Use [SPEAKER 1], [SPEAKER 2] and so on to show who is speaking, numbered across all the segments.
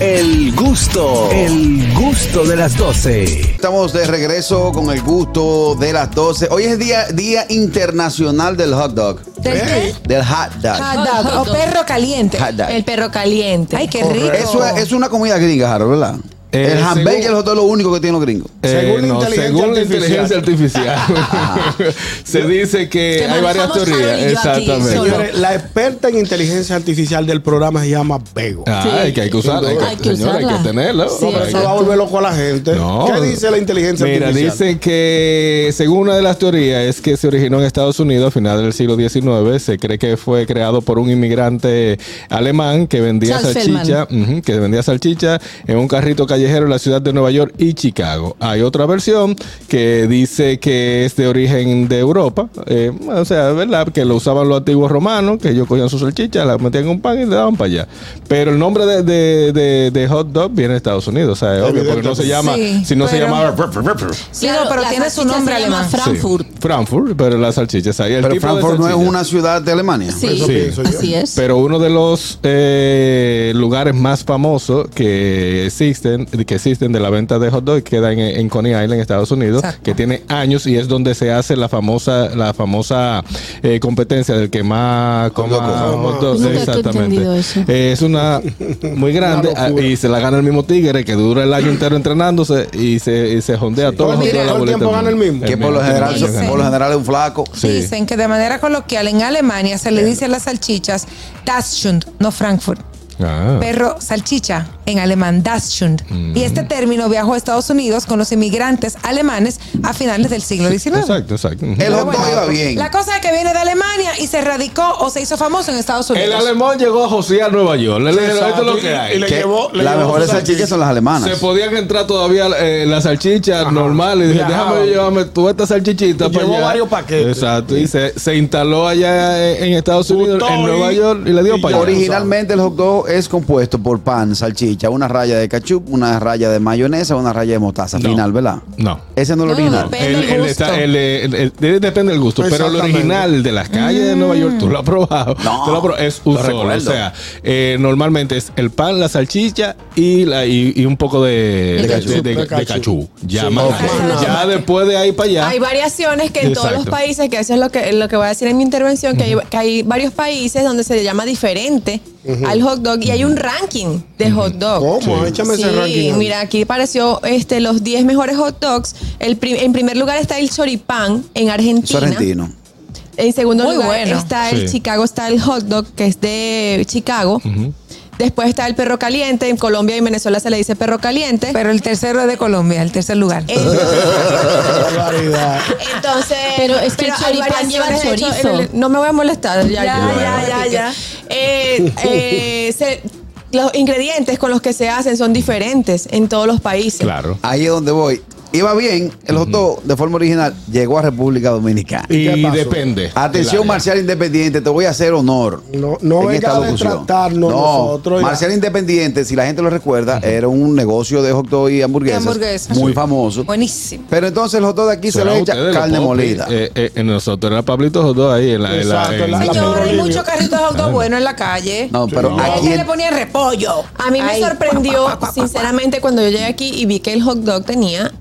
[SPEAKER 1] El gusto, el gusto de las 12.
[SPEAKER 2] Estamos de regreso con el gusto de las 12. Hoy es día, día internacional del hot dog. ¿Eh?
[SPEAKER 3] ¿Del qué?
[SPEAKER 2] Del hot dog.
[SPEAKER 3] Hot dog
[SPEAKER 4] Hot
[SPEAKER 3] o
[SPEAKER 4] dog.
[SPEAKER 3] perro caliente.
[SPEAKER 2] Hot dog.
[SPEAKER 4] El perro caliente.
[SPEAKER 3] Ay, qué rico.
[SPEAKER 2] Eso es, es una comida gringa, Harold, ¿verdad?
[SPEAKER 5] Eh,
[SPEAKER 2] el hamburger y el
[SPEAKER 5] según-
[SPEAKER 2] hot dog es lo único que tienen los gringos.
[SPEAKER 5] Eh,
[SPEAKER 6] Según la inteligencia
[SPEAKER 5] según la inteligencia
[SPEAKER 6] artificial.
[SPEAKER 5] artificial. se dice que
[SPEAKER 4] Que
[SPEAKER 5] hay varias
[SPEAKER 4] manejamos
[SPEAKER 5] teorías.
[SPEAKER 4] Harold y yo aquí,
[SPEAKER 5] Exactamente.
[SPEAKER 4] solo.
[SPEAKER 6] Señores, la experta en inteligencia artificial del programa se llama Bego.
[SPEAKER 5] Ah, hay que, hay que usarla. Hay que,
[SPEAKER 4] Hay que
[SPEAKER 5] señores, hay
[SPEAKER 4] usarla.
[SPEAKER 5] que tenerla.
[SPEAKER 4] Sí,
[SPEAKER 5] Hay que-
[SPEAKER 6] Pero eso va a volver loco a la gente.
[SPEAKER 5] No.
[SPEAKER 6] ¿Qué dice la inteligencia
[SPEAKER 5] Mira,
[SPEAKER 6] artificial?
[SPEAKER 5] dicen que según una de las teorías es que se originó en Estados Unidos a finales del siglo XIX. Se cree que fue creado por un inmigrante alemán que vendía
[SPEAKER 4] Charles
[SPEAKER 5] salchicha, ujú, que vendía salchicha en un carrito callejero en la ciudad de Nueva York y Chicago. Hay otra versión que dice que es de origen de Europa, eh, o sea, verdad que lo usaban los antiguos romanos, que ellos cogían su salchicha, la metían en un pan y le daban para allá. Pero el nombre de, de- de- de hot dog viene de Estados Unidos, o sea, es obvio, porque no se llama,
[SPEAKER 3] Sí,
[SPEAKER 5] si no se
[SPEAKER 3] pero-
[SPEAKER 5] llamaba
[SPEAKER 3] Sí, no, pero
[SPEAKER 4] la
[SPEAKER 3] tiene su
[SPEAKER 4] salchicha
[SPEAKER 3] nombre
[SPEAKER 4] se llama
[SPEAKER 3] alemán.
[SPEAKER 4] Frankfurt.
[SPEAKER 5] Sí, Frankfurt, pero las salchichas ahí. El
[SPEAKER 2] Pero
[SPEAKER 5] tipo de
[SPEAKER 2] Frankfurt no es
[SPEAKER 5] salchicha.
[SPEAKER 2] una ciudad de Alemania.
[SPEAKER 4] Sí,
[SPEAKER 6] Eso pienso yo.
[SPEAKER 4] así es.
[SPEAKER 5] Pero uno de los eh, lugares más famosos que existen, que existen de la venta de hot dog queda en, en Coney Island, Estados Unidos,
[SPEAKER 3] Exacto.
[SPEAKER 5] que tiene años y es donde se hace la famosa, la famosa eh, competencia del que más coma
[SPEAKER 2] dog,
[SPEAKER 5] hot
[SPEAKER 6] coma.
[SPEAKER 5] dog.
[SPEAKER 4] Nunca he
[SPEAKER 5] Exactamente.
[SPEAKER 4] entendido eso.
[SPEAKER 5] Eh, es una muy grande
[SPEAKER 6] Una
[SPEAKER 5] ah,
[SPEAKER 6] locura.
[SPEAKER 5] y se la gana el mismo tigre que dura el año entero entrenándose y se, y se jondea
[SPEAKER 6] Todo
[SPEAKER 5] todos
[SPEAKER 6] el
[SPEAKER 5] los hot dogs de la
[SPEAKER 6] tiempo
[SPEAKER 5] boleta
[SPEAKER 6] gana el mismo.
[SPEAKER 2] Que por lo, general,
[SPEAKER 3] Dicen.
[SPEAKER 2] por lo general es un flaco.
[SPEAKER 3] Dicen que de manera coloquial en Alemania se le dice a las salchichas das Schund, no Frankfurt.
[SPEAKER 5] Ah.
[SPEAKER 3] Perro salchicha en alemán das Schund. Y este
[SPEAKER 2] Mm.
[SPEAKER 3] término viajó a Estados Unidos con los inmigrantes alemanes a finales del siglo XIX.
[SPEAKER 5] Exacto, exacto.
[SPEAKER 2] El
[SPEAKER 3] Pero
[SPEAKER 2] hot dog iba bien.
[SPEAKER 3] La cosa es que viene de Alemania y se radicó o se hizo famoso en Estados Unidos.
[SPEAKER 5] El alemán llegó a Josear Nueva York. Le dijeron,
[SPEAKER 6] Exacto.
[SPEAKER 5] esto es lo que hay.
[SPEAKER 6] Y le
[SPEAKER 2] Que
[SPEAKER 6] llevó- le
[SPEAKER 2] las
[SPEAKER 6] llevó
[SPEAKER 2] mejores
[SPEAKER 6] sus
[SPEAKER 2] salchichas son las alemanas.
[SPEAKER 5] Se podían entrar todavía eh, las salchichas normales. Y dije,
[SPEAKER 6] Viajaban.
[SPEAKER 5] déjame llevarme tú esta salchichita. para
[SPEAKER 6] llevó
[SPEAKER 5] allá.
[SPEAKER 6] varios paquetes.
[SPEAKER 5] Exacto. Y se, se instaló allá en, en Estados Unidos,
[SPEAKER 6] Gustó
[SPEAKER 5] en
[SPEAKER 6] y-
[SPEAKER 5] Nueva York, y le dio
[SPEAKER 6] y
[SPEAKER 5] para
[SPEAKER 6] ya.
[SPEAKER 5] allá.
[SPEAKER 2] Originalmente el hot dog es compuesto por pan, salchicha, una raya de ketchup, una raya de mayonesa, una raya de mostaza.
[SPEAKER 5] No.
[SPEAKER 2] Final, ¿verdad?
[SPEAKER 5] No.
[SPEAKER 2] Ese no es
[SPEAKER 4] No,
[SPEAKER 2] el original.
[SPEAKER 4] depende del gusto.
[SPEAKER 5] está- el- eh, el- el- de- depende del gusto, pero el
[SPEAKER 6] Exactamente.
[SPEAKER 5] original de las calles de Nueva York, tú lo has probado.
[SPEAKER 2] No,
[SPEAKER 5] Tú lo has probado, es
[SPEAKER 2] lo
[SPEAKER 5] un solo. O
[SPEAKER 2] recuerdo.
[SPEAKER 5] sea, eh, normalmente es el pan, la salchicha y, la, y, y un poco de,
[SPEAKER 4] De
[SPEAKER 6] cachú.
[SPEAKER 5] de- de cachú. Ya,
[SPEAKER 6] Sí,
[SPEAKER 5] más
[SPEAKER 6] ok.
[SPEAKER 5] nada. ya después de ahí para allá.
[SPEAKER 4] Hay variaciones que en todos los
[SPEAKER 5] Exacto.
[SPEAKER 4] países, que eso es lo que, lo que voy a decir en mi intervención, que, hay, que hay varios países donde se le llama diferente al hot dog y hay un ranking de hot dog.
[SPEAKER 6] ¿Cómo? Échame ese
[SPEAKER 4] Sí,
[SPEAKER 6] ranking. ahí.
[SPEAKER 4] mira, aquí apareció este, los 10 mejores hot dogs. El pri- en primer lugar está el choripán en
[SPEAKER 2] Eso
[SPEAKER 4] Argentina.
[SPEAKER 2] es argentino.
[SPEAKER 4] En segundo
[SPEAKER 3] Muy
[SPEAKER 4] lugar
[SPEAKER 3] bueno.
[SPEAKER 4] está el
[SPEAKER 5] Sí.
[SPEAKER 4] Chicago Style Hot Dog, que es de Chicago. Después está el perro caliente. En Colombia y en Venezuela se le dice perro caliente.
[SPEAKER 3] Pero el tercero es de Colombia, el tercer lugar.
[SPEAKER 6] Qué barbaridad.
[SPEAKER 4] Entonces,
[SPEAKER 7] Pero es que el
[SPEAKER 4] hay
[SPEAKER 7] choripán
[SPEAKER 4] variaciones,
[SPEAKER 7] lleva
[SPEAKER 4] de hecho,
[SPEAKER 7] chorizo.
[SPEAKER 4] el- el- no me voy a molestar. Ya,
[SPEAKER 3] Ya,
[SPEAKER 4] ya, ya, ya. Eh, eh, se- los ingredientes con los que se hacen son diferentes en todos los países.
[SPEAKER 5] Claro.
[SPEAKER 2] Ahí es donde voy. Iba bien el hot dog de forma original, llegó a República Dominicana.
[SPEAKER 5] Y,
[SPEAKER 6] qué pasó?
[SPEAKER 5] depende.
[SPEAKER 2] Atención,
[SPEAKER 5] Claro.
[SPEAKER 2] Marcial Independiente, te voy a hacer honor.
[SPEAKER 6] No- no
[SPEAKER 2] en
[SPEAKER 6] venga
[SPEAKER 2] esta
[SPEAKER 6] a
[SPEAKER 2] locución.
[SPEAKER 6] destratarnos nosotros, ya.
[SPEAKER 2] Marcial Independiente, si la gente lo recuerda, era un negocio de hot dog y hamburguesas.
[SPEAKER 3] De hamburguesas.
[SPEAKER 2] Muy
[SPEAKER 5] Sí.
[SPEAKER 2] famoso.
[SPEAKER 3] Buenísimo.
[SPEAKER 2] Pero entonces el hot dog de aquí se
[SPEAKER 5] Será
[SPEAKER 2] le echa
[SPEAKER 5] ustedes los
[SPEAKER 2] carne
[SPEAKER 5] popis.
[SPEAKER 2] molida.
[SPEAKER 5] Eh, eh, eh, nosotros era Pablito Jodó ahí en la. en la-
[SPEAKER 6] Exacto,
[SPEAKER 5] en-
[SPEAKER 6] la- la
[SPEAKER 3] Señor, hay
[SPEAKER 6] Pedro Livio.
[SPEAKER 3] muchos carritos de auto bueno en la calle.
[SPEAKER 2] no, pero
[SPEAKER 6] no.
[SPEAKER 3] Y a
[SPEAKER 2] aquí.
[SPEAKER 3] ella le
[SPEAKER 2] en-
[SPEAKER 3] ponían repollo.
[SPEAKER 4] A mí me
[SPEAKER 3] Ay,
[SPEAKER 4] sorprendió, sinceramente, cuando yo llegué aquí y vi que el hot dog tenía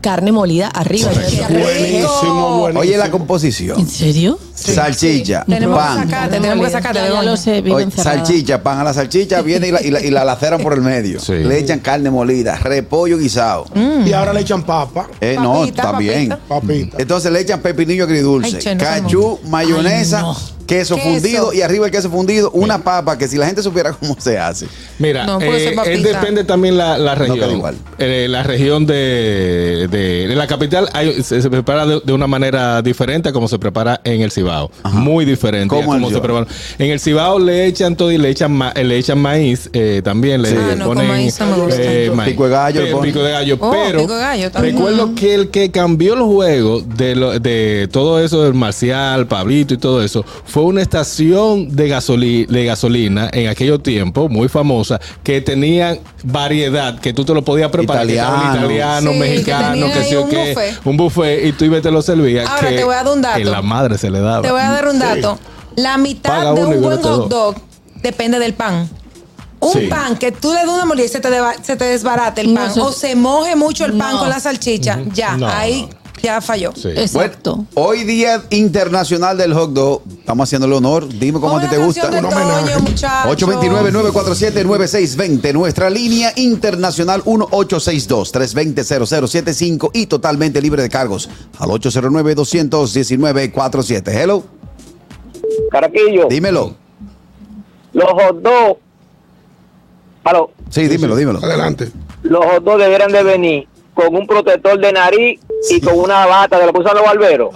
[SPEAKER 4] carne molida arriba. Yo decía,
[SPEAKER 3] Correcto.
[SPEAKER 6] Buenísimo, buenísimo.
[SPEAKER 2] Oye, la composición:
[SPEAKER 7] ¿En serio?
[SPEAKER 2] salchicha,
[SPEAKER 3] Tenemos que
[SPEAKER 2] pan.
[SPEAKER 3] sacarte, tenemos que sacarte.
[SPEAKER 7] Ya, ya
[SPEAKER 3] Begoña.
[SPEAKER 7] lo sé, vivo
[SPEAKER 2] Oye,
[SPEAKER 7] encerrada.
[SPEAKER 2] salchicha, pan a la salchicha, viene y la, y la- y la laceran por el medio.
[SPEAKER 5] Sí.
[SPEAKER 2] Le echan carne molida, repollo guisado.
[SPEAKER 3] Mm.
[SPEAKER 6] Y ahora le echan papa,
[SPEAKER 2] Eh, no,
[SPEAKER 3] Papita,
[SPEAKER 2] está bien.
[SPEAKER 3] papita.
[SPEAKER 6] papita.
[SPEAKER 2] Entonces le echan pepinillo agridulce,
[SPEAKER 3] Ay, che, no
[SPEAKER 2] cachú, mayonesa, queso,
[SPEAKER 3] Queso.
[SPEAKER 2] fundido y arriba el queso fundido, una papa que si la gente supiera cómo se hace.
[SPEAKER 5] Mira,
[SPEAKER 3] No, puede
[SPEAKER 5] eh,
[SPEAKER 3] ser papita.
[SPEAKER 5] él depende también la, la región.
[SPEAKER 2] queda igual.
[SPEAKER 5] Eh, la región de, de, de la capital hay- se, se prepara de, de una manera diferente a como se prepara en el Cibao. Muy diferente a
[SPEAKER 2] ¿Cómo
[SPEAKER 5] como
[SPEAKER 2] el
[SPEAKER 5] se
[SPEAKER 2] Cibao?
[SPEAKER 5] prepara. En el Cibao le echan todo y le echan, ma- eh, le echan maíz eh, también. Le,
[SPEAKER 3] Sí.
[SPEAKER 5] le
[SPEAKER 3] Ah, no, con maíz no me gusta.
[SPEAKER 2] Pico de gallo le
[SPEAKER 5] Pe-
[SPEAKER 2] ponen.
[SPEAKER 5] Eh, pico de gallo.
[SPEAKER 3] Oh,
[SPEAKER 5] pero
[SPEAKER 3] pico de gallo también.
[SPEAKER 5] recuerdo que el que cambió los juegos de, lo- de todo eso del Marcial, Pablito y todo eso, fue una estación de, gasoli- de gasolina en aquellos tiempos muy famosa que tenían variedad, que tú te lo podías preparar. que estaba el
[SPEAKER 2] Italiano.
[SPEAKER 3] Sí,
[SPEAKER 5] italiano,
[SPEAKER 3] que
[SPEAKER 5] mexicano,
[SPEAKER 3] tenían
[SPEAKER 5] que
[SPEAKER 3] ahí
[SPEAKER 5] sí o
[SPEAKER 3] un
[SPEAKER 5] qué.
[SPEAKER 3] buffet.
[SPEAKER 5] Un buffet y tú ibas y te lo servías.
[SPEAKER 3] Ahora
[SPEAKER 5] que
[SPEAKER 3] te voy a dar un dato.
[SPEAKER 5] En la madre se le daba.
[SPEAKER 3] Te voy a dar un dato. La mitad
[SPEAKER 5] Paga
[SPEAKER 3] de
[SPEAKER 5] uno y
[SPEAKER 3] un buen
[SPEAKER 5] gánate
[SPEAKER 3] hot dog
[SPEAKER 5] dos.
[SPEAKER 3] depende del pan. Un
[SPEAKER 5] Sí.
[SPEAKER 3] pan que tú le das una mordida y se te, deba- se te desbarate el
[SPEAKER 7] No,
[SPEAKER 3] pan
[SPEAKER 7] eso-
[SPEAKER 3] o se moje mucho el pan
[SPEAKER 7] No.
[SPEAKER 3] con la salchicha, ya,
[SPEAKER 5] No.
[SPEAKER 3] ahí ya falló.
[SPEAKER 5] Sí.
[SPEAKER 7] Exacto.
[SPEAKER 2] Bueno, hoy día internacional del hot dog. Estamos haciéndole honor. Dime cómo a
[SPEAKER 3] Ponme
[SPEAKER 2] ti te
[SPEAKER 3] la
[SPEAKER 2] gusta.
[SPEAKER 3] canción de Toño, muchacho.
[SPEAKER 2] 829-947-9620. Nuestra línea internacional 1862-320-0075 y totalmente libre de cargos al 809-219-47. Hello, Oh.
[SPEAKER 8] Caraquillo,
[SPEAKER 2] dímelo.
[SPEAKER 8] los hot dog, aló,
[SPEAKER 2] Sí, dímelo, dímelo.
[SPEAKER 6] Adelante.
[SPEAKER 8] los hot dog deberían de venir con un protector de nariz y con una bata de lo que usan los barberos.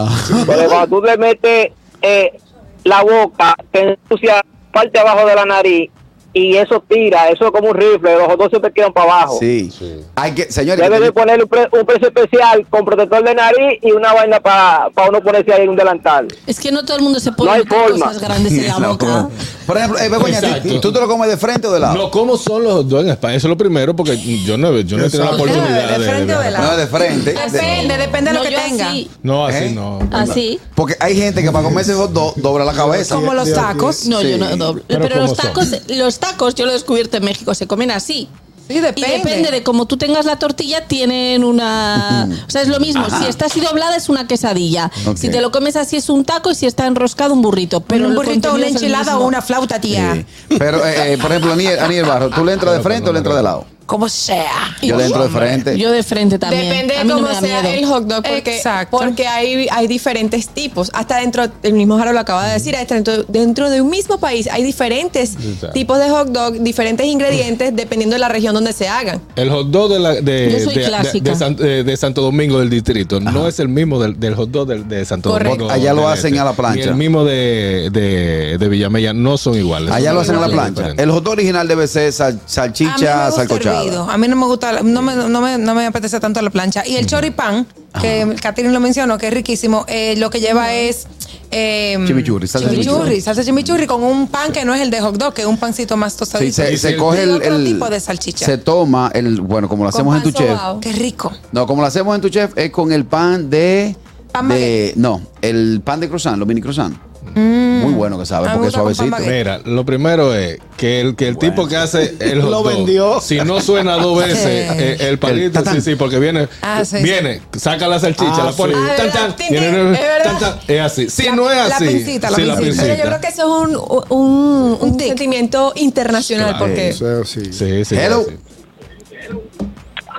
[SPEAKER 8] Porque cuando tú le metes eh, la boca, te ensucia parte de abajo de la nariz y eso tira, eso es como un rifle, los hot dog siempre quedan para abajo.
[SPEAKER 2] Sí. Hay que, señores,
[SPEAKER 8] Debe
[SPEAKER 2] que
[SPEAKER 8] de
[SPEAKER 2] ten-
[SPEAKER 8] ponerle un, pre- un precio especial con protector de nariz y una vaina para uno ponerse ahí en un delantal.
[SPEAKER 7] Es que no todo el mundo se
[SPEAKER 8] No
[SPEAKER 7] puede
[SPEAKER 8] hay
[SPEAKER 7] meter
[SPEAKER 8] forma.
[SPEAKER 7] cosas grandes en la
[SPEAKER 2] No,
[SPEAKER 7] boca.
[SPEAKER 2] como- Por ejemplo, eh, Begoña,
[SPEAKER 5] Exacto.
[SPEAKER 2] ¿tú, tú te lo comes de frente o de lado?
[SPEAKER 5] No, ¿cómo son los dos en España? Eso es lo primero, porque yo no, he- yo no he tenido la
[SPEAKER 6] Exacto.
[SPEAKER 5] oportunidad
[SPEAKER 3] De frente o de lado.
[SPEAKER 2] No, de frente.
[SPEAKER 3] Depende, depende de lo
[SPEAKER 7] No,
[SPEAKER 3] que
[SPEAKER 7] yo
[SPEAKER 3] tenga.
[SPEAKER 7] así.
[SPEAKER 5] No, así
[SPEAKER 2] ¿Eh?
[SPEAKER 5] no.
[SPEAKER 7] Así.
[SPEAKER 2] Porque hay gente que para comerse hot dog dobla la cabeza.
[SPEAKER 3] Como los tacos.
[SPEAKER 7] No,
[SPEAKER 2] Pues Sí.
[SPEAKER 7] yo no doble.
[SPEAKER 5] Pero
[SPEAKER 7] Pero,
[SPEAKER 5] ¿cómo
[SPEAKER 7] los
[SPEAKER 5] son?
[SPEAKER 7] tacos, los tacos, yo lo he descubierto en México, se comen así.
[SPEAKER 3] Sí, depende.
[SPEAKER 7] Y depende de cómo tú tengas la tortilla, tienen una. O sea, es lo mismo. Si está así doblada, es una quesadilla.
[SPEAKER 2] Ok.
[SPEAKER 7] Si te lo comes así, es un taco. Y si está enroscado, un burrito. Pero
[SPEAKER 3] Pero un
[SPEAKER 7] el
[SPEAKER 3] burrito,
[SPEAKER 7] contenido
[SPEAKER 3] una
[SPEAKER 7] es el
[SPEAKER 3] enchilada
[SPEAKER 7] mismo.
[SPEAKER 3] o una flauta, tía.
[SPEAKER 2] Sí. Pero, eh, eh, por ejemplo, Aniel, Aniel Barro, ¿tú le entras de frente o le entras de lado?
[SPEAKER 3] Como sea.
[SPEAKER 2] Yo le entro de
[SPEAKER 7] Hombre,
[SPEAKER 2] frente.
[SPEAKER 7] Yo de frente también.
[SPEAKER 4] Depende
[SPEAKER 7] A
[SPEAKER 4] de
[SPEAKER 7] mí no
[SPEAKER 4] cómo
[SPEAKER 7] me da
[SPEAKER 4] sea
[SPEAKER 7] miedo.
[SPEAKER 4] el hot dog, porque,
[SPEAKER 3] Exacto.
[SPEAKER 4] porque hay, hay diferentes tipos. Hasta dentro, el mismo Jaro lo acaba de decir, hasta dentro, dentro de un mismo país hay diferentes
[SPEAKER 5] Exacto.
[SPEAKER 4] tipos de hot dog, diferentes ingredientes, dependiendo de la región donde se hagan.
[SPEAKER 5] El hot dog de, la- de,
[SPEAKER 7] Yo soy
[SPEAKER 5] de- de-
[SPEAKER 7] clásica.
[SPEAKER 5] de San- eh, de Santo Domingo del Distrito no es el mismo del, del hot dog del- de, Santo
[SPEAKER 4] Correcto.
[SPEAKER 5] Domingo.
[SPEAKER 2] Allá lo
[SPEAKER 5] del
[SPEAKER 2] hacen a la plancha.
[SPEAKER 5] Ni el mismo de, de, de Villamella no son iguales.
[SPEAKER 2] Allá
[SPEAKER 5] Son
[SPEAKER 2] lo hacen a la
[SPEAKER 5] iguales,
[SPEAKER 2] plancha.
[SPEAKER 5] diferentes.
[SPEAKER 2] El hot dog original debe ser sal-
[SPEAKER 3] A mí no me
[SPEAKER 2] salchicha
[SPEAKER 3] gusta
[SPEAKER 2] salcochada.
[SPEAKER 3] hervido. A mí no me gusta, la- no me, no me- no me apetece tanto la plancha. Y el choripán, que Catherine lo mencionó, que es riquísimo, eh, lo que lleva es... eh,
[SPEAKER 2] Chimichurri, salsa chimichurri.
[SPEAKER 3] chimichurri, salsa chimichurri con un pan que no es el de hot dog, que es un pancito más
[SPEAKER 2] Sí,
[SPEAKER 3] tostadito.
[SPEAKER 2] se,
[SPEAKER 5] Y
[SPEAKER 2] se
[SPEAKER 5] si-
[SPEAKER 2] coge
[SPEAKER 3] y
[SPEAKER 2] el,
[SPEAKER 3] otro
[SPEAKER 2] el-
[SPEAKER 3] tipo de salchicha.
[SPEAKER 2] Se toma el, bueno, como lo
[SPEAKER 4] Con
[SPEAKER 2] hacemos en tu
[SPEAKER 4] pan
[SPEAKER 2] chef.
[SPEAKER 4] sobao.
[SPEAKER 3] Qué rico.
[SPEAKER 2] No, como lo hacemos en tu chef es con el pan de
[SPEAKER 3] Pan
[SPEAKER 2] de- no, el pan de croissant, los mini croissant. Muy bueno que sabe
[SPEAKER 3] A mí
[SPEAKER 2] porque
[SPEAKER 3] Mm. me
[SPEAKER 2] es
[SPEAKER 3] gusta con pan
[SPEAKER 2] suavecito.
[SPEAKER 3] baguette.
[SPEAKER 5] Mira, lo primero es que el, que el tipo que hace el hot
[SPEAKER 6] Lo
[SPEAKER 5] dog,
[SPEAKER 6] vendió.
[SPEAKER 5] si no suena dos veces
[SPEAKER 3] Sí.
[SPEAKER 5] eh, el
[SPEAKER 2] El
[SPEAKER 5] palito,
[SPEAKER 2] tatán.
[SPEAKER 5] sí, sí, porque viene,
[SPEAKER 3] Ah, sí, sí.
[SPEAKER 5] viene, saca la salchicha,
[SPEAKER 6] Ah,
[SPEAKER 5] la pone,
[SPEAKER 6] sí.
[SPEAKER 5] tan, tan,
[SPEAKER 4] Ah, ¿verdad?
[SPEAKER 5] viene,
[SPEAKER 4] Tin, tin, es verdad.
[SPEAKER 5] tan, tan, es así. Si no es
[SPEAKER 3] la
[SPEAKER 5] así,
[SPEAKER 3] pincita, la
[SPEAKER 5] sí,
[SPEAKER 3] pincita.
[SPEAKER 4] Pero yo creo que eso es un, un, un sentimiento internacional,
[SPEAKER 5] Claro.
[SPEAKER 4] porque
[SPEAKER 6] Eso sí.
[SPEAKER 5] Sí, sí,
[SPEAKER 2] Hello.
[SPEAKER 5] sí.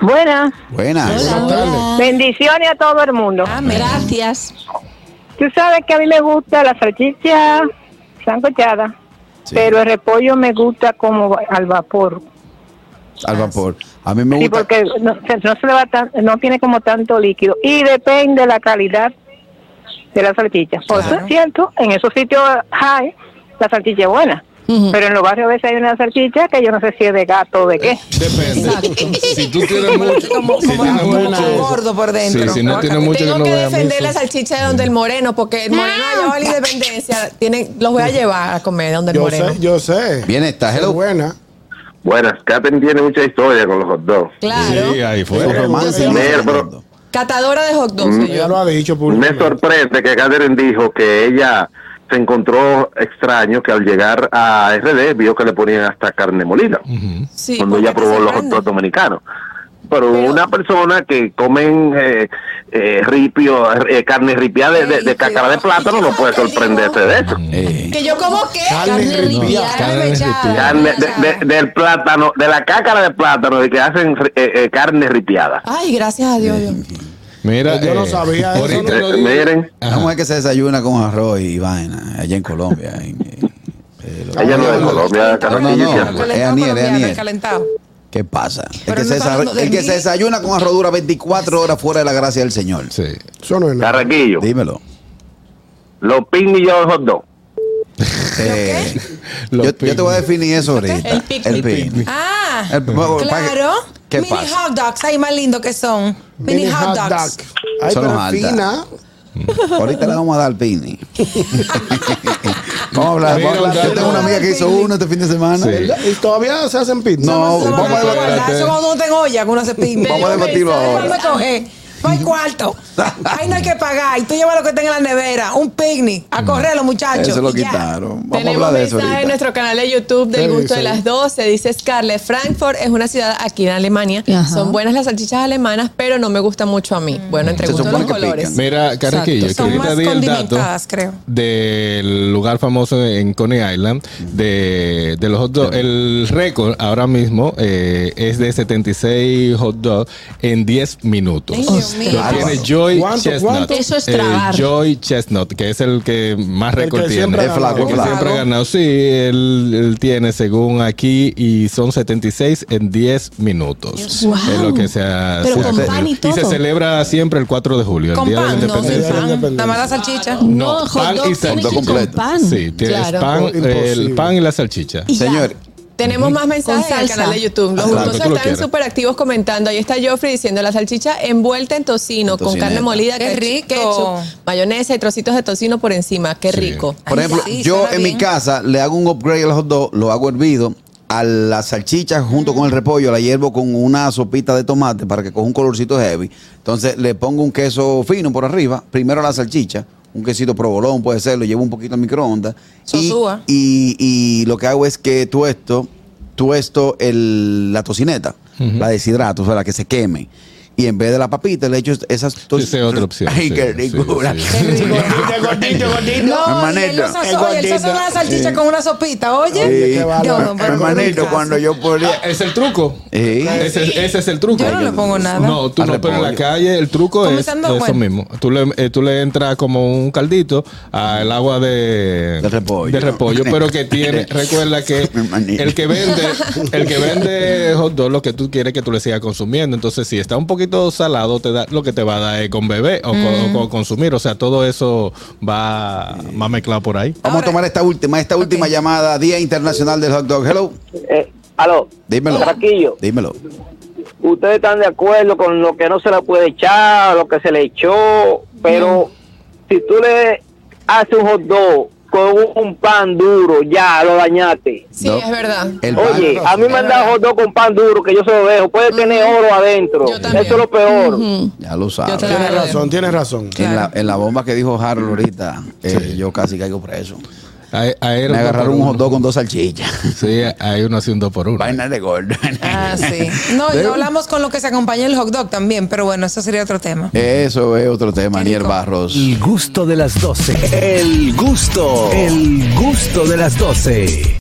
[SPEAKER 9] Buenas.
[SPEAKER 2] Buenas.
[SPEAKER 7] Hola, hola.
[SPEAKER 9] Bendiciones a todo el mundo.
[SPEAKER 7] Gracias.
[SPEAKER 9] Tú sabes que a mí me gusta la salchicha sancochada,
[SPEAKER 2] Sí,
[SPEAKER 9] pero el repollo me gusta como va- al vapor.
[SPEAKER 2] al vapor. A mí me
[SPEAKER 9] Sí,
[SPEAKER 2] gusta
[SPEAKER 9] porque no, se- no se le va tan- no tiene como tanto líquido. Y depende la calidad de la salchicha. Por eso es cierto, en esos sitios hay la salchicha es buena.
[SPEAKER 7] Ujú.
[SPEAKER 9] Pero en los barrios a veces hay una salchicha que yo no sé si es de gato o de qué.
[SPEAKER 5] Depende. Si tú tienes mucho,
[SPEAKER 3] Como,
[SPEAKER 5] si
[SPEAKER 3] como-
[SPEAKER 5] tienes
[SPEAKER 3] como
[SPEAKER 5] mucho-
[SPEAKER 3] gordo por
[SPEAKER 5] Sí,
[SPEAKER 3] dentro.
[SPEAKER 5] si no tiene mucho
[SPEAKER 4] tengo
[SPEAKER 5] que no
[SPEAKER 4] que
[SPEAKER 5] vea
[SPEAKER 4] defender
[SPEAKER 5] mucho.
[SPEAKER 4] la salchicha de donde el moreno, porque el moreno
[SPEAKER 7] Ah.
[SPEAKER 4] ha llevado la independencia, tiene, los voy a llevar a comer donde el
[SPEAKER 6] Yo
[SPEAKER 4] moreno.
[SPEAKER 6] sé, yo sé.
[SPEAKER 2] Bien está, hello.
[SPEAKER 6] Es buena.
[SPEAKER 10] Buenas, Catherine tiene mucha historia con los hot dogs.
[SPEAKER 4] Claro.
[SPEAKER 5] Sí, ahí fue.
[SPEAKER 2] Los romances
[SPEAKER 6] Yo
[SPEAKER 2] no se
[SPEAKER 10] sé.
[SPEAKER 2] venden.
[SPEAKER 4] Catadora de hot dogs. soy yo.
[SPEAKER 6] Mm, Ya lo ha dicho
[SPEAKER 10] Me
[SPEAKER 6] públicamente.
[SPEAKER 10] sorprende que Catherine dijo que ella se encontró extraño que al llegar a RD vio que le ponían hasta carne molida
[SPEAKER 4] Sí,
[SPEAKER 10] cuando
[SPEAKER 4] ¿por
[SPEAKER 10] ella
[SPEAKER 4] qué te
[SPEAKER 10] probó los hot
[SPEAKER 4] sorprende?
[SPEAKER 10] dogs dominicanos. Pero, una persona que comen eh, eh, ripio, eh, carne ripia de, de, de cáscara de plátano no puede sorprenderse de eso.
[SPEAKER 2] Eh,
[SPEAKER 4] Que yo como que
[SPEAKER 6] Carne
[SPEAKER 7] Carne
[SPEAKER 6] ripia.
[SPEAKER 7] ripia.
[SPEAKER 5] Carne
[SPEAKER 3] mechada.
[SPEAKER 5] ripia.
[SPEAKER 10] Carne de- de- del plátano, de la cáscara de plátano, de que hacen eh, eh, carne ripiada.
[SPEAKER 4] Ay, gracias a Dios. Dios.
[SPEAKER 5] Mira,
[SPEAKER 6] Yo no sabía eso.
[SPEAKER 5] ahorita
[SPEAKER 10] Eh,
[SPEAKER 5] lo digo.
[SPEAKER 10] miren,
[SPEAKER 2] La mujer que se desayuna con arroz y vaina allá en Colombia. en, eh, eh, lo-
[SPEAKER 10] ella no es de Colombia,
[SPEAKER 2] No, no,
[SPEAKER 10] Catherine,
[SPEAKER 2] no.
[SPEAKER 10] siempre.
[SPEAKER 2] Es Aniel, es Aniel.
[SPEAKER 3] Calentado.
[SPEAKER 2] ¿Qué pasa? El
[SPEAKER 3] Pero
[SPEAKER 2] que,
[SPEAKER 3] no
[SPEAKER 2] se,
[SPEAKER 3] está hablando
[SPEAKER 2] desa- el
[SPEAKER 3] de
[SPEAKER 2] que
[SPEAKER 3] mí.
[SPEAKER 2] se desayuna con arroz dura 24 horas fuera de la gracia del Señor.
[SPEAKER 5] Sí.
[SPEAKER 6] Eso no es nada.
[SPEAKER 10] Carraquillo,
[SPEAKER 2] Dímelo.
[SPEAKER 10] los pin y yo hot dog.
[SPEAKER 2] Eh,
[SPEAKER 5] Los
[SPEAKER 2] yo, yo te voy a
[SPEAKER 5] picnic.
[SPEAKER 2] definir eso ahorita.
[SPEAKER 7] El picnic.
[SPEAKER 2] El picnic.
[SPEAKER 3] Ah,
[SPEAKER 2] El- bueno, para que-
[SPEAKER 3] claro.
[SPEAKER 2] ¿Qué
[SPEAKER 3] Mini
[SPEAKER 2] pasa?
[SPEAKER 3] hot dogs, ahí más lindo que son. Mini, hot dogs.
[SPEAKER 6] dog. Ay,
[SPEAKER 2] Son
[SPEAKER 6] pero
[SPEAKER 2] los
[SPEAKER 6] fina.
[SPEAKER 2] Ahorita le vamos a dar picnic. vamos a hablar. vamos a hablar. Yo tengo una amiga que hizo uno este fin de semana.
[SPEAKER 5] Sí.
[SPEAKER 6] ¿Verdad? Y todavía se hacen pizza.
[SPEAKER 2] No,
[SPEAKER 3] Eso
[SPEAKER 2] vamos
[SPEAKER 3] cuando
[SPEAKER 2] a
[SPEAKER 3] tú guardas, Eso cuando uno tengo olla, que uno se pime.
[SPEAKER 2] Vamos a debatirlo ahora.
[SPEAKER 3] Déjame coger. No hay cuarto. Ahí no hay que pagar. Y tú llevas lo que tenga en la nevera, un picnic, a correr los muchachos.
[SPEAKER 2] Mm. Eso lo
[SPEAKER 3] y ya.
[SPEAKER 2] quitaron. Vamos a
[SPEAKER 4] Tenemos
[SPEAKER 2] hablar de eso
[SPEAKER 4] mensaje en
[SPEAKER 2] ahorita.
[SPEAKER 4] nuestro canal de YouTube del
[SPEAKER 6] Sí,
[SPEAKER 4] gusto
[SPEAKER 6] sí.
[SPEAKER 4] de las 12. Dice Scarlett, Frankfurt es una ciudad aquí en Alemania. Son buenas las salchichas alemanas, pero no me gusta mucho a
[SPEAKER 3] Mm.
[SPEAKER 4] mí. Bueno, entre
[SPEAKER 2] Se
[SPEAKER 4] gustos
[SPEAKER 2] supone
[SPEAKER 4] los
[SPEAKER 2] que
[SPEAKER 4] colores.
[SPEAKER 2] pican.
[SPEAKER 5] Mira, Carriquillo, que
[SPEAKER 3] Son
[SPEAKER 5] ahorita
[SPEAKER 3] más
[SPEAKER 5] di el dato
[SPEAKER 3] condimentadas, creo.
[SPEAKER 5] del lugar famoso en Coney Island de, de los hot dogs. El récord ahora mismo eh, es de 76 hot dogs en 10 minutos.
[SPEAKER 3] Ay, Dios mío.
[SPEAKER 5] Lo
[SPEAKER 2] Bárbaro.
[SPEAKER 5] tiene Joy
[SPEAKER 6] ¿Cuánto,
[SPEAKER 5] Chestnut.
[SPEAKER 6] cuánto?
[SPEAKER 7] Eso es
[SPEAKER 5] Eh,
[SPEAKER 7] tragar.
[SPEAKER 5] Joy Chestnut, que es el que más
[SPEAKER 6] que
[SPEAKER 5] récord tiene.
[SPEAKER 6] siempre ha
[SPEAKER 2] Es flaco,
[SPEAKER 5] El que
[SPEAKER 2] flaco.
[SPEAKER 5] siempre ha ganado. Sí, él, él tiene según aquí y son 76 en 10 minutos. Es lo que se ha,
[SPEAKER 7] Pero
[SPEAKER 5] se ha
[SPEAKER 7] con
[SPEAKER 5] corrido.
[SPEAKER 7] pan y
[SPEAKER 5] se
[SPEAKER 7] todo.
[SPEAKER 5] celebra siempre el 4 de julio, el
[SPEAKER 3] Con
[SPEAKER 5] Día de la
[SPEAKER 3] pan, no, sin
[SPEAKER 5] Independencia.
[SPEAKER 3] pan. Nada
[SPEAKER 6] Independencia.
[SPEAKER 3] más la salchicha.
[SPEAKER 5] No,
[SPEAKER 7] hot
[SPEAKER 5] pan
[SPEAKER 7] dog
[SPEAKER 5] y
[SPEAKER 7] tiene
[SPEAKER 5] salchicha.
[SPEAKER 7] que ir con
[SPEAKER 2] Completo.
[SPEAKER 7] pan.
[SPEAKER 5] Sí, tienes
[SPEAKER 7] Claro.
[SPEAKER 5] pan,
[SPEAKER 6] Imposible.
[SPEAKER 5] el pan y la salchicha.
[SPEAKER 7] Y ya.
[SPEAKER 2] Señor,
[SPEAKER 4] Tenemos más mensajes
[SPEAKER 7] Con
[SPEAKER 4] en el
[SPEAKER 7] salsa.
[SPEAKER 4] canal de YouTube. Los
[SPEAKER 5] Ah, claro,
[SPEAKER 4] gustosos
[SPEAKER 5] que tú lo
[SPEAKER 4] están
[SPEAKER 5] quieras.
[SPEAKER 4] súper activos comentando. Ahí está Joffrey diciendo la salchicha envuelta en tocino, con
[SPEAKER 2] Tocineta.
[SPEAKER 4] carne molida,
[SPEAKER 3] Qué
[SPEAKER 4] ketchup,
[SPEAKER 3] rico.
[SPEAKER 4] ketchup, mayonesa y trocitos de tocino por encima. Qué
[SPEAKER 5] Sí.
[SPEAKER 4] rico.
[SPEAKER 2] por
[SPEAKER 3] Ay,
[SPEAKER 2] ejemplo,
[SPEAKER 3] sí,
[SPEAKER 2] yo
[SPEAKER 3] suena
[SPEAKER 2] en mi
[SPEAKER 3] bien.
[SPEAKER 2] casa le hago un upgrade al hot dog, lo hago hervido. A la salchicha junto con el repollo la hiervo con una sopita de tomate para que coja un colorcito heavy. Entonces le pongo un queso fino por arriba, primero la salchicha, un quesito provolón puede ser, lo llevo un poquito al microondas. Y,
[SPEAKER 3] Sosúa.
[SPEAKER 2] y, y lo que hago es que tuesto, tuesto el, la tocineta, la deshidrato, o sea, la que se queme. Y en vez de la papita le echo esas
[SPEAKER 5] Sí, esa es otra opción,
[SPEAKER 2] Ay,
[SPEAKER 5] sí,
[SPEAKER 2] qué
[SPEAKER 5] sí,
[SPEAKER 2] ricura.
[SPEAKER 5] sí.
[SPEAKER 3] Qué rico.
[SPEAKER 6] Gordito, gordito, gordito.
[SPEAKER 3] No, y el
[SPEAKER 2] Hermanito.
[SPEAKER 3] oso-
[SPEAKER 6] Es
[SPEAKER 3] oye, el soso de la
[SPEAKER 6] gordita.
[SPEAKER 3] salchicha con una sopita, oye.
[SPEAKER 2] Sí. Ah,
[SPEAKER 6] qué bárbaro.
[SPEAKER 3] Yo no, pero
[SPEAKER 2] Hermanito,
[SPEAKER 3] ricazo.
[SPEAKER 2] cuando yo podía.
[SPEAKER 5] Es el truco.
[SPEAKER 2] Sí.
[SPEAKER 5] Ese, ese es el truco.
[SPEAKER 3] Yo no le pongo nada.
[SPEAKER 5] No, tú
[SPEAKER 2] Al
[SPEAKER 5] no, pero en la
[SPEAKER 2] repollo.
[SPEAKER 5] calle el truco es
[SPEAKER 3] Comenzando,
[SPEAKER 5] eso
[SPEAKER 3] bueno.
[SPEAKER 5] mismo. Tú le, eh, tú le entras como un caldito al agua de,
[SPEAKER 2] De repollo.
[SPEAKER 5] de repollo, pero que tiene, recuerda que
[SPEAKER 2] Mi hermanito.
[SPEAKER 5] el que vende, el que vende hot dog, lo que tú quieres que tú le sigas consumiendo. Entonces, si está un poquito salado, te da, lo que te va a dar es con bebé o,
[SPEAKER 3] Mm.
[SPEAKER 5] con, o con consumir. O sea, todo eso va, va mezclado por ahí.
[SPEAKER 2] Vamos a
[SPEAKER 3] Ahora-
[SPEAKER 2] tomar esta última, esta última llamada, Día Internacional del Hot Dog. Hello,
[SPEAKER 8] Eh, aló,
[SPEAKER 2] dímelo.
[SPEAKER 8] Raquillo,
[SPEAKER 2] Dímelo.
[SPEAKER 8] ustedes están de acuerdo con lo que no se le puede echar, lo que se le echó, pero si tú le haces un hot dog con un pan duro, ya lo dañaste.
[SPEAKER 4] Sí,
[SPEAKER 2] No.
[SPEAKER 4] es verdad.
[SPEAKER 2] El
[SPEAKER 8] Oye, ah,
[SPEAKER 2] pan.
[SPEAKER 8] a mí me han dado hot dog con pan duro, que yo se lo dejo. Puede tener oro adentro.
[SPEAKER 4] Yo también.
[SPEAKER 8] Eso es lo peor.
[SPEAKER 2] Ya lo sabes.
[SPEAKER 4] Yo te la-
[SPEAKER 6] Tienes razón, tienes razón.
[SPEAKER 2] En la, en la bomba que dijo Harold ahorita, eh, yo casi caigo preso.
[SPEAKER 5] A- a él-
[SPEAKER 2] Me agarraron un hot dog con dos salchichas.
[SPEAKER 5] Sí, hay uno haciendo por uno.
[SPEAKER 2] Vaina de gordo.
[SPEAKER 3] Ah, sí. No, y no hablamos con lo que se acompaña el hot dog también, pero bueno, eso sería otro tema.
[SPEAKER 2] Eso es otro tema,
[SPEAKER 3] Qué
[SPEAKER 2] Niel
[SPEAKER 3] rico.
[SPEAKER 2] Barros.
[SPEAKER 6] Mm.
[SPEAKER 1] El gusto de las 12. El gusto. El gusto de las 12.